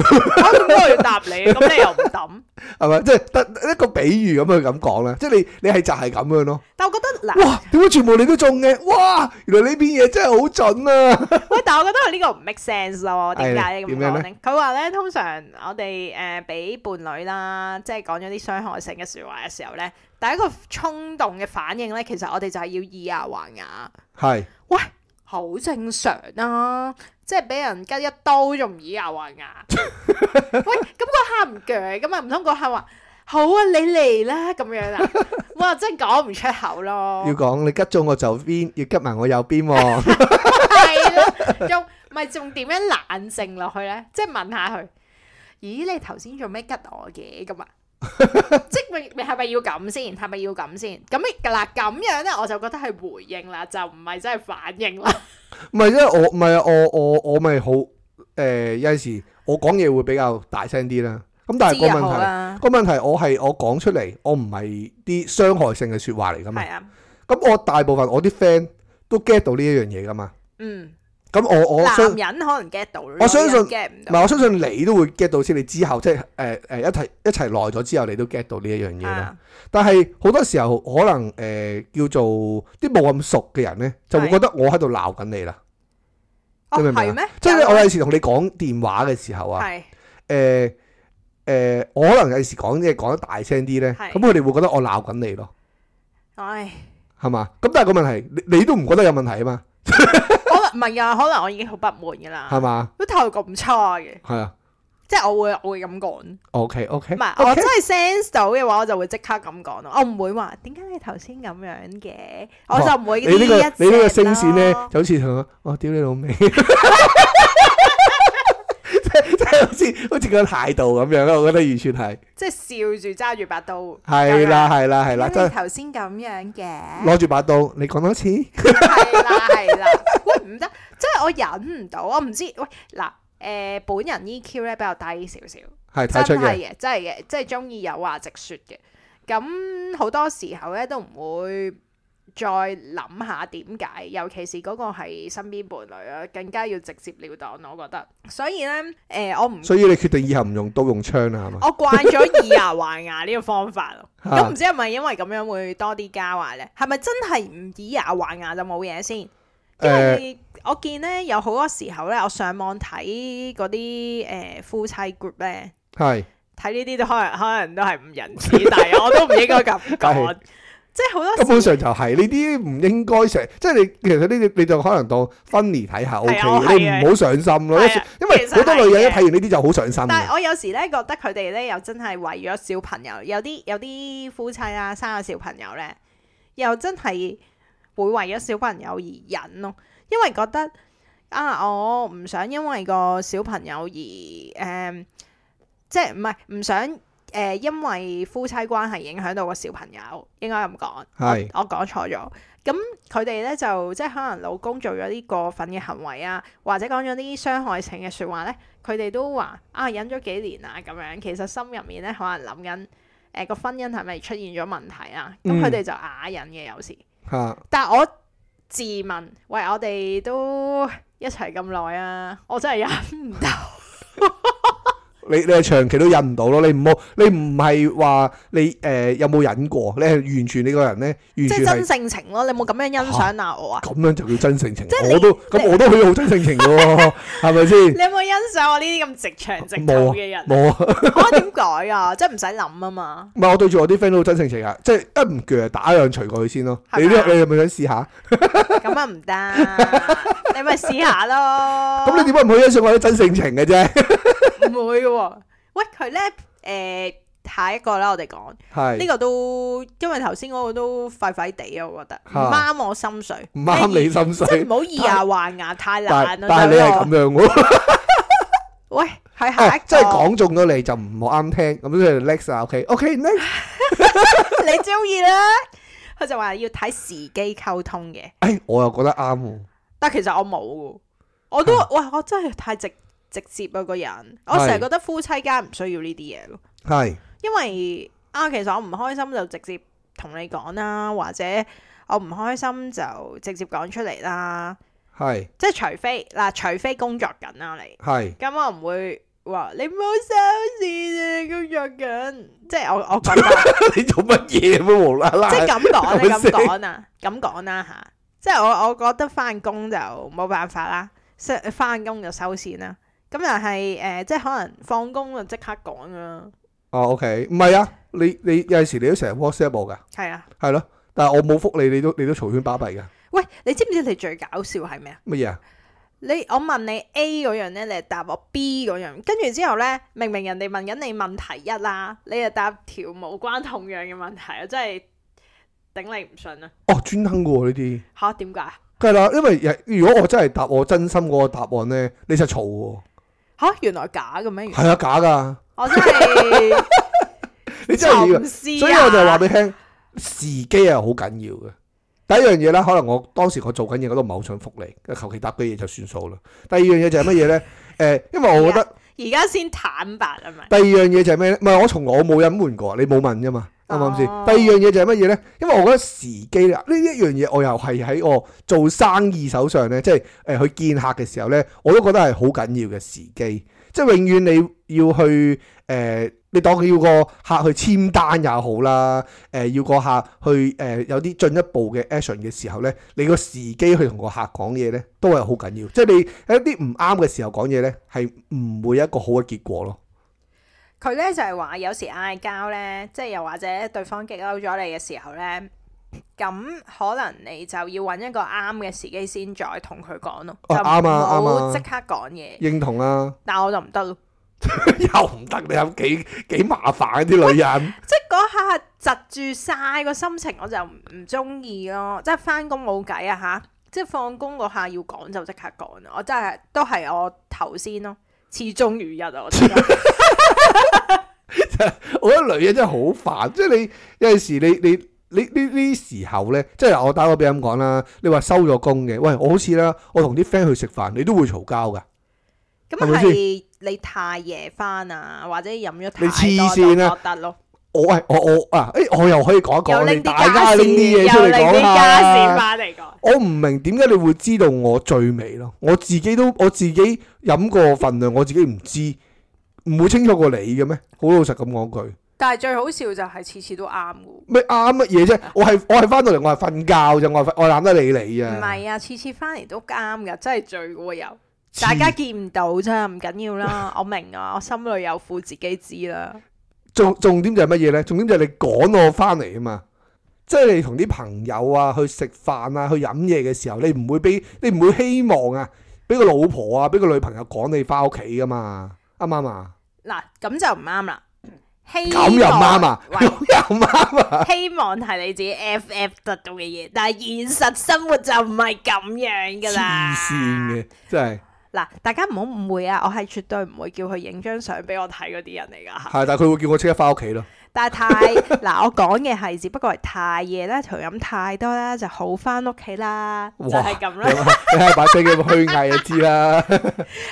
我點解我要答 你？咁你又唔抌？係咪？即係得一個比喻咁去咁講啦，即係你你係就係咁樣咯。但我覺 得嗱，哇！點解全部你都中嘅？哇！原來呢邊嘢真係好準啊！喂，但我覺得佢呢個唔 make sense 咯。點解係咁點樣講咧？佢話咧，通常我哋誒俾伴侶啦，即係講咗啲傷害性嘅説話嘅時候咧，第一個衝動嘅反應咧，其實我哋就係要以牙還牙，係好正常啦、即係俾人拮一 啊刀仲唔以牙還牙？喂，咁嗰下唔鋸噶嘛？唔通嗰下話好啊，你嚟啦咁 樣啊，哇，真係講唔出口咯要，講你吉中我就邊，要吉埋我右邊喎。係啦，仲唔係仲點樣冷靜落去咧？即係問下佢，咦，你頭先做咩吉我 嘅咁啊？即係咪係咪要咁先？係咪要咁先？咁嗱咁樣咧，我就覺得係回應啦，就唔係真係反應啦。唔係因為我唔係啊我我我咪好誒有陣時我講嘢會比較大聲啲啦。咁但啊係個知又好啊問啦題，個問題我係我講出嚟，我唔係啲傷害性嘅説話嚟噶嘛係。啊，咁我大部分我啲 friend 都 get 到呢一樣嘢噶嘛。嗯，咁我我相男人可能 get 到，我相信女人 get 唔唔到，係我相信你都會 get 到先，你之後即係誒誒一齊一齊耐咗之後，你都 get 到呢一樣嘢啦。啊但係好多時候可能誒、呃叫做啲冇咁熟嘅人咧，就會係覺得我喺度鬧緊你啦。哦你明唔明啊係咩？即係我有時同你講電話嘅時候啊，係誒誒、呃我可能有時講嘢講得大聲啲咧，係咁佢哋會覺得我鬧緊你咯，唉。係嘛？咁但係個問題，你你都唔覺得有問題啊嘛， 可能唔係啊，可能我已經好不滿噶係啦，嘛？都態度咁差嘅，係啊即係我會我會咁講，唔，OK OK，係我真係 sense 到嘅話，我就會即刻咁講咯，我唔會話點解你頭先咁樣嘅，我就唔會你呢、一個你呢個聲線線咧，就好似同我我屌你老味， 即係即係好似好似個態度咁樣咯，我覺得完全係即係笑住揸住把刀，係啦係啦係係啦，你真係頭先咁樣嘅，攞住把刀，你講多次，係啦係啦，喂唔得，即係我忍唔到，我唔知喂嗱。誒、本人 EQ 咧比較低少少，係睇出真係嘅，嘅，真係嘅，即係中意有話直説嘅。咁好多時候咧都唔會再諗下點解，尤其是嗰個係身邊伴侶啦，更加要直接了當，我覺得。所以咧，誒、我唔所以你決定以後唔用刀用槍啦，係嘛？我慣咗以牙還牙呢個方法 咯。啊咁唔知係咪因為咁樣會多啲交話咧？係咪真係唔以牙還牙就冇嘢先？因誒為我見咧有好多時候咧，我上網睇嗰啲誒夫妻 group 咧。係睇呢啲都可能可能都係唔仁慈，但係我都唔應該咁講係，即係好根多本時上就係呢啲唔應該成，即係你其實呢啲你就可能當分離睇下 O 係啊我 K，你係啊唔好上心咯，係啊因為其實好多女人一係嘅睇完呢啲就好上心但嘅係，我有時咧覺得佢哋咧又真係為咗小朋友，有啲有啲夫妻啦生咗小朋友咧，又真係會為咗小朋友而忍咯，因為覺得啊我唔想因為個小朋友而誒、嗯即係唔係唔想誒、呃因為夫妻關係影響到個小朋友，應該咁講。係。我講錯咗。咁佢哋咧就即係可能老公做咗啲過分嘅行為啊，或者講咗啲傷害性嘅説話咧，佢哋都話啊忍咗幾年啊咁樣，其實心入面咧可能諗緊誒個婚姻係咪出現咗問題啊？咁嗯佢哋就啞忍嘅有時。吓但係我自問，喂，我哋都一齊咁耐啊，我真係忍唔 到。你你係長期都忍唔到咯，你唔好你唔係話你誒、呃有冇忍過，你係完全你個人咧，完即係全真係性情咯，你冇咁樣欣賞 啊我啊！咁樣就叫真性情即係。你我都咁我都可以好真性情嘅 喎，係咪你先？有冇欣賞我呢啲咁直腸直肚冇啊嘅人？冇啊，我點改啊？即係唔使諗啊嘛。唔係我對住我啲 friend 都好真性情啊，即係一唔鋸就打一樣除過佢先咯。係你咪呢啊你係咪想試下？咁啊唔 得，你咪試下咯。咁你點解唔去欣賞我啲真性情嘅啫？你唔會喎？喂，佢咧誒下一個啦，我哋講呢係個都因為頭先嗰個都廢廢地啊，我覺得唔嚇啱我心水，唔啱你心即係水唔，好以牙還牙太但難係啦。但係你係大佬咁樣喎，喂，係下一 個，即係講中咗你就唔好啱聽，咁所以 next 啊，OK OK next，你中意啦。佢就話要睇時機溝通嘅，誒哎我又覺得啱喎。但其實我冇喎，我都哇，我真係太直直接啊個人，我成日係覺得夫妻間唔需要呢啲嘢咯。係，因為啊，其實我唔開心就直接同你講啦，或者我唔開心就直接講出嚟啦。係，即係除非嗱、除非工作緊啦你，係， 咁我唔會話你唔好收線啊，工作緊。即係我我覺得，你做乜嘢咁樣無啦啦即係咁講係咪啦，咁先講啊，咁講啦吓。即係我我覺得翻工就冇辦法啦，收翻工就收線啦。咁又係誒，即係可能放工就即刻講啦， 哦，OK，唔係啊，你你有陣時你都成日 WhatsApp 我噶，係啊。係咯，但係我冇覆你，你都你都嘈喧巴閉噶，喂，你知唔知你最搞笑係咩啊？乜嘢啊？誒、你我問你 A 嗰樣咧，你係答我 B 嗰樣，跟住之後咧，明明人哋問緊你問題一啦，你就答條無關痛癢嘅問題，我啊真係頂你唔順啊！哦，專登嘅喎呢啲，吓，點解？啊梗係啦，因為如果我真係答我真心嗰個答案咧，你實嘈喎，吓，原來假嘅咩？原來係啊假㗎，我真係 你真係以為沉思啊所以我就話俾你聽，時機係好緊要嘅。第一樣嘢啦，可能我當時我做緊嘢，我都唔係好想覆你，求其答嘅嘢就算數啦。第二樣嘢就係乜嘢咧？誒、因為我覺得而家先坦白啊係咪？第二樣嘢就係咩咧？唔係我從來我冇隱瞞過，你冇問啫嘛，啱唔啱先？哦第二樣嘢就係乜嘢咧？因為我覺得時機啦，呢一樣嘢我又係喺我做生意手上咧，即係誒去見客嘅時候咧，我都覺得係好緊要嘅時機。即係永遠你要去誒、呃你當佢要個客去簽單也好啦，誒、呃要個客去誒、呃有啲進一步嘅 action 嘅時候咧，你個時機去同個客講嘢咧，都係好緊要。即係你喺一啲唔啱嘅時候講嘢咧，係唔會有一個好嘅結果咯。佢咧就係話有時嗌交咧，即係又或者對方激嬲咗你嘅時候咧，咁可能你就要揾一個啱嘅時機先再同佢講咯，哦就啱啊唔好啱啊即刻講嘢。認同啊啦、但我就唔得咯， 又唔得，你有幾幾麻煩啊啲女人，即係嗰下窒住晒個心情，我就唔唔中意咯。即係翻工冇計啊吓，即係放工嗰下要講就即刻講啊！我真係都係我頭先咯，始終如一啊！我覺得 我覺得女人真係好煩，即係你有陣時你你。你呢呢時候呢，即係我打個比咁講啦，你話收咗工嘅，喂，我好似啦，我同啲 friend 去食飯，你都會嘈交噶，係咁咪係你太夜翻啊，或者飲咗太你黐多線啊就覺得咯。我係我我啊，誒、我又可以講一又講，你拎啲大家家事拎啲嘢出嚟又講拎啲家事下。翻嚟講。我唔明點解你會知道我最尾咯，我自己都我自己飲過份量，我自己唔知，唔會清楚過你嘅咩？好老實咁講句。但係最好笑就係次次都啱嘅喎，唔咩啱乜嘢啫？我係我係翻到嚟，我係瞓覺啫，我係我係懶得理你啊！係啊，次次翻嚟都啱㗎，真係醉嘅喎又。黐大家見唔到啫，唔緊要 啦，我明啊，我心裏有苦自己知啦。重重點就係乜嘢咧？重點就係你趕我翻嚟啊嘛！即係你同啲朋友啊去食飯啊去飲嘢嘅時候，你唔會俾你唔會希望啊，俾個老婆啊俾個女朋友趕你翻屋企噶嘛？啱唔啱啊？嗱，咁就唔啱啦。希望咁又唔啱啊！咁喂又 唔啱啊！希望係你自己 FF 得到嘅嘢，但係現實生活就唔係咁樣㗎黐啦。線嘅，真係嗱，大家唔好誤會啊，我係絕對唔會叫佢影張相俾我睇嗰啲人嚟㗎嚇。係，但係佢會叫我即刻翻屋企咯。但 係太嗱，我講嘅係只不過係太夜咧，同飲太多啦，就好翻屋企啦，就哇係咁你啦。睇下把聲咁虛偽就知啦。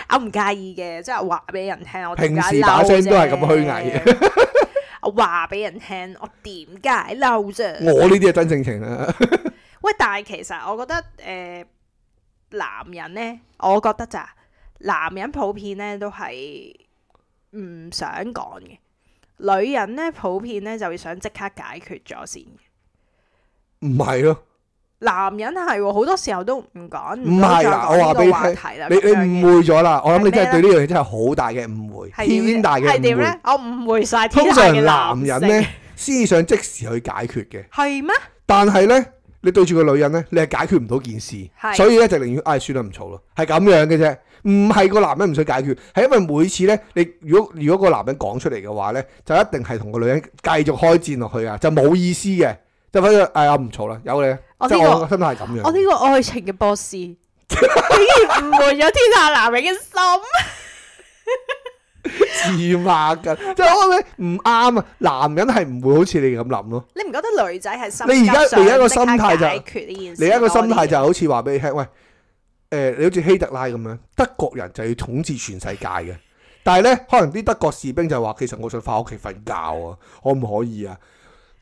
啊我唔介意嘅，即係話俾人聽，我點平解時把聲都係咁虛嬲偽，啫。 我話俾人聽，我點解嬲啫？我呢啲係真性情啊啦。喂，但係其實我覺得誒、呃男人咧，我覺得咋男人普遍咧都係唔想講嘅，女人咧普遍咧就會想即刻解決咗先。唔係咯。男人係喎，好多時候都唔講，唔係啊我話俾你聽你你會誤會咗啦，我諗你真係係咩咧對呢樣嘢真係好大嘅誤會，天大嘅係點誤會。咧？我誤會晒天通下嘅常男人性咧思想即時去解決嘅，係咩？但係咧你對住個女人咧，你係解決唔到件事，係所以咧就寧願唉算啦唔嘈咯，係咁樣嘅啫。唔係個男人唔想解決，係因為每次咧你如果如果個男人講出嚟嘅話咧，就一定係同個女人繼續開戰落去啊，就冇意思嘅，就反正唉我唔嘈啦，由你啊。我即呢係我個個心態係咁樣。我呢個愛情嘅博士，竟然誤會咗天下男人嘅心。自罵緊，即係我覺得唔啱啊！男人係唔會好似你咁諗咯。你唔覺得女仔係心你而家急想你而家個心態就即刻解決呢件事，你一個心態就係好似話俾你聽，喂，誒、你好似希特拉咁樣，德國人就要統治全世界嘅。但係咧，可能啲德國士兵就話，其實我想翻屋企瞓覺啊，可唔可以啊？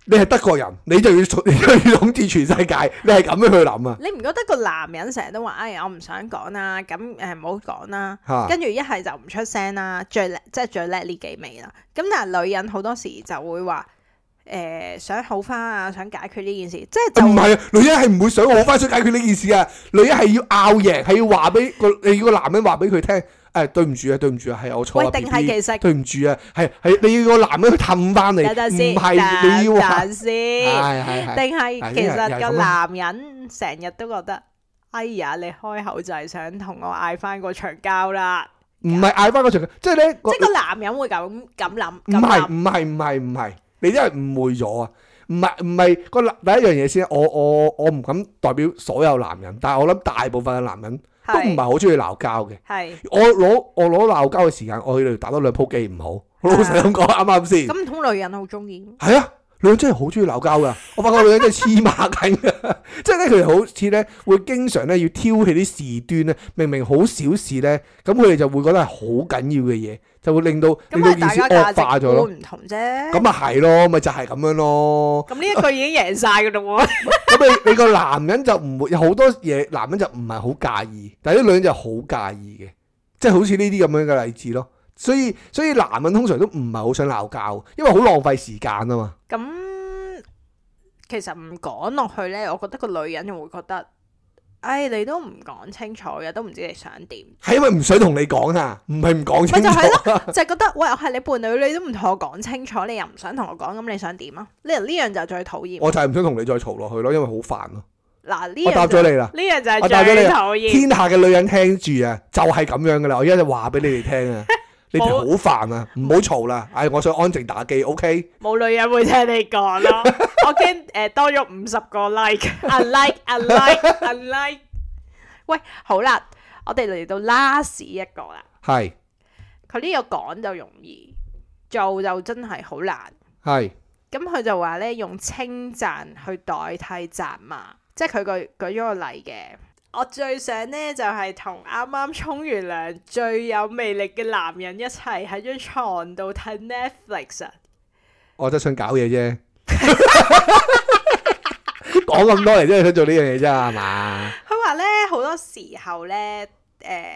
你係德國人，你就要你就要統 治全世界，你係咁樣去諗啊？你唔覺得個男人成日都話：哎，我唔想講啦，咁誒唔好講啦。嚇跟住一係就唔出聲啦，最叻即係最叻呢幾味啦。咁但係女人好多時就會話誒、呃想好翻啊，想解決呢件事，即係就唔係啊，女人係唔會想我翻想解決呢件事啊！女人係要拗贏，係要話俾個你個男人話俾佢聽，誒、對唔住啊，對唔住啊，係我錯啊喂，定係 BB 其實對唔住啊，係係你要個男人去氹翻你，等等先，唔係你要等係等先，係係定係係啊又其係實又係個咁啊男人成日都覺得。哎呀，你開口就係想同我嗌翻個長交啦，唔係嗌翻個場，即係咧個即係個男人會咁咁諗，唔咁啊係諗唔係唔係唔係，你真係誤會咗啊！唔係唔係個第一樣嘢先，我我我唔敢代表所有男人，但係我諗大部分嘅男人都唔係係好中意鬧交嘅。係，我攞我攞鬧交嘅時間，我去度打多兩鋪機唔好，我老實咁講啱唔啱先？咁唔通女人好中意？係啊，女人真係好中意鬧交噶，我發覺女人真係黐孖筋噶， 即係咧佢哋好似咧會經常咧要挑起啲事端咧，明明好小事咧，咁佢哋就會覺得係好緊要嘅嘢，就會令到令咁到係件大事家價惡值化咗咯。觀唔同啫。咁啊係咯，咪就係咁樣咯。咁呢一句已經贏晒噶咯喎，咁 你你個男人就唔會有好多嘢，男人就唔係好介意，但係啲女人就好介意嘅，即係好似呢啲咁樣嘅例子咯。所以所以男人通常都唔係好想鬧交，因為好浪費時間啊嘛。咁其實唔講落去呢，我覺得個女人就會覺得，唉，你都唔講清楚嘅，都唔知你想點，係因為唔想同你講啊，唔係唔講清咪就係楚啊。就係覺得喂，我係你伴侶，你都唔同我講清楚，你又唔想同我講，咁你想點啊？呢呢樣就最討厭。我就係唔想同你再嘈落去咯，因為好煩咯。嗱呢我答樣就咗你啦，呢樣就係我答咗你最啦討厭。天下嘅女人聽住啊，就係咁樣噶啦。我而家就話俾你哋聽 啊，你哋好煩啊，唔好嘈啦。唉，我想安靜打機，OK？冇女人會聽你講 咯。我驚誒、呃多咗五十個 like，unlike，unlike，unlike。喂，好啦，我哋嚟到 last 一個啦。係佢呢個講就容易，做就真係好難。係咁佢就話咧，用稱讚去代替責罵，即係佢舉舉咗個例嘅。我最想呢，就係同啱啱沖完涼最有魅力嘅男人一齊喺張床度睇 Netflix 啊！我真係想搞嘢 啫。講咁多嚟都係想做呢樣嘢啫，係嘛？佢話咧好多時候咧，誒、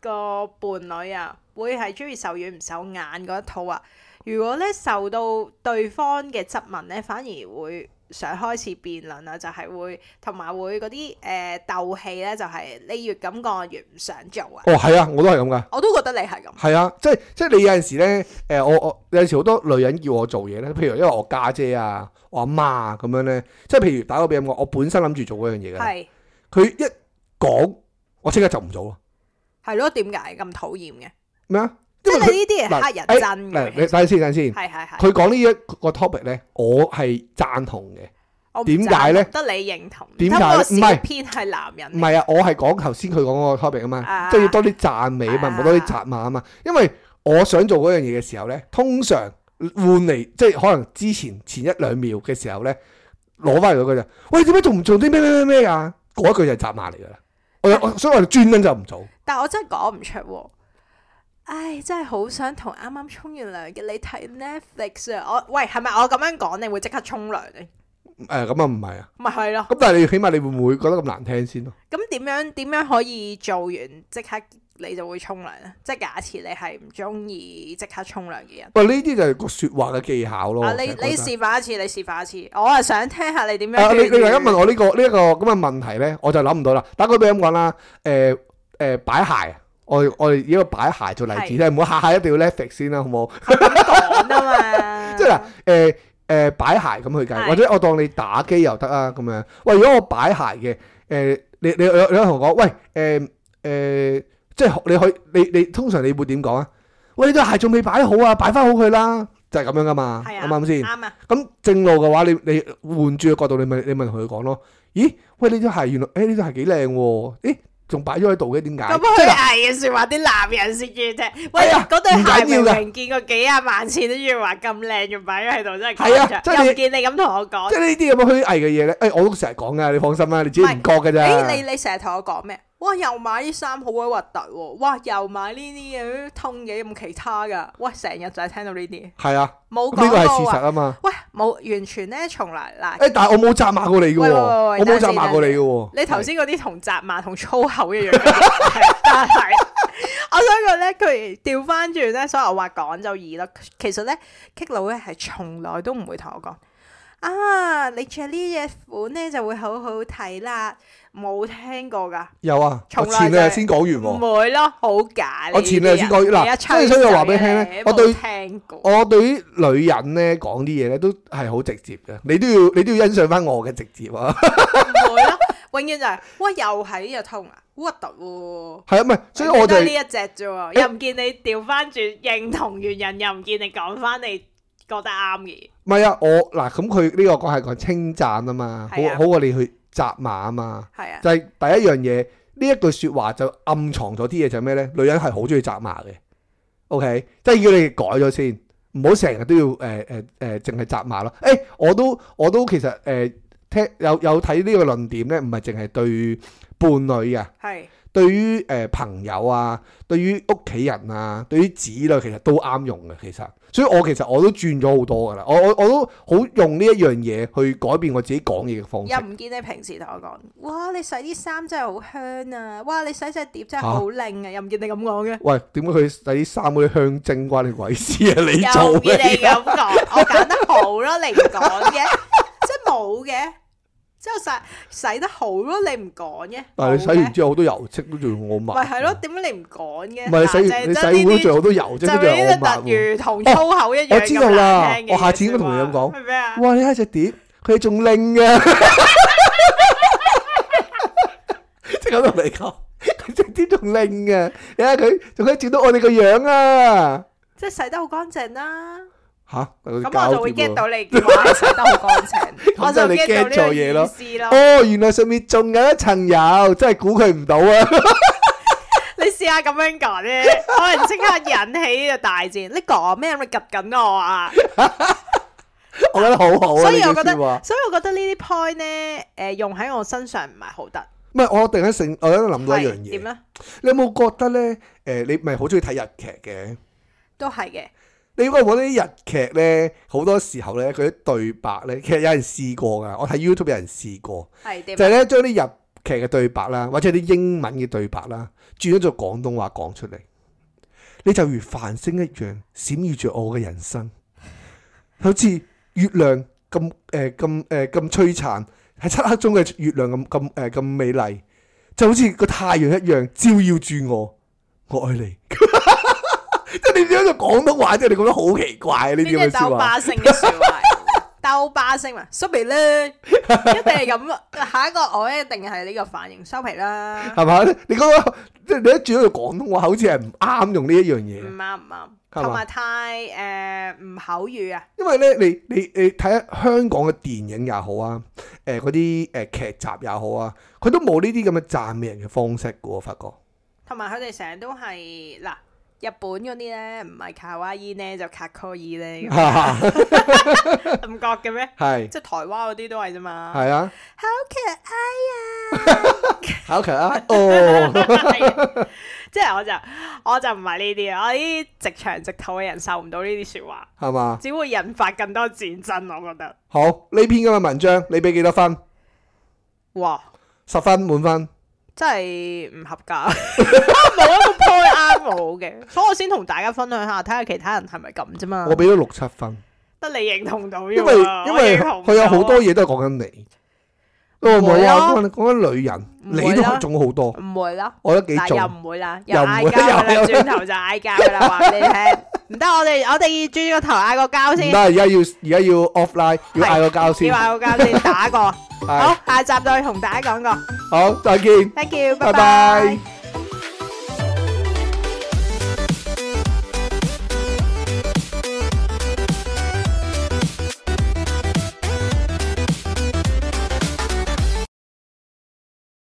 個伴侶啊，會係中意受軟唔受眼嗰一套啊。如果咧受到對方嘅質問咧，反而會想開始辯論啊，就係、會同埋會嗰啲誒鬥氣咧，就係、你越咁講，我越唔想做啊。哦，係 啊，我都係咁噶。我都覺得你係咁，係啊，即係即係你有陣時咧，誒、我我有陣時好多女人叫我做嘢咧，譬如因為我家姐啊、我阿媽啊咁樣咧，即係譬如打個比咁講，我本身諗住做嗰樣嘢嘅，係佢一講我即刻就唔做咯，係咯？點解咁討厭嘅？咩啊？即因係為佢你呢啲嗱係黑人哎憎嗱，你嘅，等陣先，等陣先，係係係。佢講呢一個 topic 咧，我係贊同嘅，我唔點解呢贊同得你認同，點解呢得我唔係小偏係男人唔嚟係啊，我係講頭先佢講嗰個 topic 啊嘛，啊即係要多啲讚美啊嘛，唔好多啲責罵啊嘛，因為我想做嗰樣嘢嘅時候咧，通常換嚟即係可能之前前一兩秒嘅時候咧，攞翻嚟嗰句就，喂點解仲唔做啲咩咩咩咩啊？嗰一句就係責罵嚟噶啦，我啊有我所以我就專登就唔做，但我真係講唔出喎。唉，真係好想同啱啱沖完涼嘅你睇 Netflix 啊！我喂，係咪我咁樣講你會即刻沖涼咧？誒咁啊唔係啊，咪係咯。咁但係你起碼你會唔會覺得咁難聽先咯？咁點樣點樣可以做完即刻你就會沖涼咧？即係假設你係唔中意即刻沖涼嘅人。喂呢啲就係個説話嘅技巧咯。啊！我你哦成日覺你得示範一次，你示範一次，我係想聽下你點樣啊！勸你喻。你突然間問我呢、個呢一、個咁嘅問題咧，我就諗唔到啦。打個比咁講啦，誒、誒擺鞋，我哋我哋以一個擺鞋做例子係咧，唔好下下一定要 Netflix 先啦，好冇？講啊嘛， 即係嗱，誒誒擺鞋咁去計，係或者我當你打機又得啊咁樣。喂，如果我擺鞋嘅，誒、你你你你同我講，喂誒誒、即係你可以你你通常你會點講啊？喂，你對鞋仲未擺好啊，擺翻好佢啦，就係、咁樣噶嘛，係啱啊唔啱先？啱啊，咁正路嘅話，你你換轉個角度，你咪你咪同佢講咯。咦，喂，你對鞋原來，誒呢對鞋幾靚喎，咦，仲擺咗喺度嘅，點解？咁啊即虛係嗱偽嘅説話，啲男人先中意聽。喂哎呀，嗰對鞋唔緊要明㗎明見過幾廿萬次都中意話咁靚，仲擺咗喺度，真係係啊講唔即出係你又唔見你咁同我即講。係呢啲咁嘅虛偽嘅嘢咧，誒我都成日講噶，你放心啦，你自己唔覺㗎咋。誒，你你成日同我講咩？哇！又買啲衫好鬼核突喎！哇！又買呢啲嘢通嘢，有冇其他㗎？喂，成日就係聽到呢啲，係啊，冇呢個係講事實過話。啊嘛。喂，冇完全咧，從來嗱，誒，但係我冇責罵過你嘅喂喎，喂喂我喂冇等陣責先罵過你嘅喎。你頭先嗰啲同責罵同粗口一 樣嘅，係但係我想講咧，佢調翻轉咧，所以我話講就易啦。其實咧，K 佬咧係從來都唔會同我講啊，你着呢隻款咧就會好好睇啦，冇聽過噶，有啊，我從來前兩日就係先講完唔喎。會咯，好假。我前兩日先講嗱即係所以我話俾你聽咧我對對聽過我對於女人咧講啲嘢咧都係好直接嘅，你都要你都要欣賞翻我嘅直接啊。唔會咯。永遠就係、哇又係呢只通啊，what the 喎。係啊，唔係，所以我就得係呢一隻啫喎，又唔見你調翻轉認同完人，又唔見你講翻你覺得啱嘅嘢。唔係啊，我嗱咁佢呢個講係講稱讚啊嘛，好係啊好過你去責罵啊嘛。係啊，就係第一樣嘢，呢一句説話就暗藏咗啲嘢，就係咩呢？女人係好中意責罵嘅，OK，即係要你改咗先，唔好成日都要誒誒誒，淨係責罵咯。誒、我都我都其實誒、呃、聽有有睇呢個論點呢，唔係淨係對伴侶啊嘅，係對於誒、呃朋友啊，對於屋企人啊，對於子女其實都啱用嘅。其實，所以我其實我都轉咗好多噶啦，我我我都好用呢一樣嘢去改變我自己講嘢嘅方式又。唔見你平時同我講，哇！你洗啲衫真係好香啊，哇！你洗隻碟真係嚇好靚啊，又唔見你咁講嘅。喂，點解佢洗衫嗰啲香精關你鬼事啊？你又做唔見你嘅，咁 講，我揀得好咯，你唔講嘅，即係冇嘅，即係洗洗得好咯，你唔講嘅。但係你洗冇嘅完之後好多油漬都仲要我抹。喂係咯，點解你唔講嘅？唔係你洗完嗱你就係洗碗真都呢啲仲有好多油漬就都仲有我呢抹喎。啲特如同粗口一樣哦我知道啦咁難聽嘅我下次應該同你咁講説話係咩啊？哇！你睇只碟，佢仲靚嘅， 即係咁同你講，佢只碟仲靚嘅，你睇佢仲可以照到我哋個樣啊！即係洗得好乾淨啦。吓，有啲咁我就會膠碟 get 喎到你話洗得好乾淨，我 就咁即係你 get 到 get 錯嘢呢咯個意思咯。哦，原來上面仲有一層油，真係估佢唔到啊！ 你試下咁樣講咧，可能即刻引起呢個大戰。你講咩？你咪夾緊我啊！我覺得好好啊，所以呢我句覺得，説話。所以我覺得呢啲 point 咧，誒用喺我身上唔係好得。唔係，我突然間醒，我喺度諗到一樣係嘢點。啊咧？你有冇覺得咧？誒、你咪好中意睇日劇嘅？都係嘅，你應該揾啲日劇咧，好多時候咧，佢啲對白咧，其實有人試過㗎。我睇 YouTube 有人試過，係點啊就呢？係咧將啲日劇嘅對白啦，或者啲英文嘅對白啦，轉咗做廣東話講出嚟。你就如繁星一樣，閃耀住我嘅人生，好似月亮咁誒咁誒咁璀璨，喺漆黑中嘅月亮咁咁誒咁美麗，就好似個太陽一樣照耀住我，我愛你。 即係你點解做廣東話啫？你覺得好奇怪呢呢啲咁嘅説啲係鬥話。霸性嘅説話嚟，鬥霸性 嘛，收皮咧，一定係咁啊。下一個我一定係呢個反應，收皮 啦，係咪？你嗰、個即係你一轉咗做廣東話，好似係唔啱用呢一樣嘢唔。啱唔啱，係嘛同埋太誒唔口語啊，因為咧，你你你睇下香港嘅電影也好啊，誒嗰啲誒劇集也好啊，佢都冇呢啲咁嘅讚美人嘅方式嘅喎，我發覺 同埋佢哋成日都係嗱。日本嗰啲咧唔係卡哇伊咧就卡科伊咧， 咁唔覺嘅咩？係啊即係台灣嗰啲都係 啫嘛。係啊，好可愛啊考強啊，哦， 係即係我就我就唔係呢啲啊，我呢啲直腸直肚嘅人受唔到呢啲説話，係嘛？只會引發更多戰爭。我覺得，好，呢篇咁嘅文章，你俾幾多分？哇，十分滿分，真係唔合 格，冇一個 point 啱我嘅，所以我先同大家分享下，睇下其他人係咪咁啫嘛我。俾咗六七分，得你認同到啫因為喎，因為佢有好多嘢都係講緊你，我唔係啊，唔會講緊講緊女人，唔會你都啦中好多，唔會啦。我覺得幾嗱，中又，唔會啦，又又唔會嗌交㗎啦，又又轉頭就嗌交㗎啦，話俾你聽。唔得，我哋我哋轉個頭嗌個交唔啊先得，，而家要而家要 offline，要係嗌個交先要，嗌個交先，打個。係好，下集再同大家講過。好，再見。 Thank you，拜拜拜拜。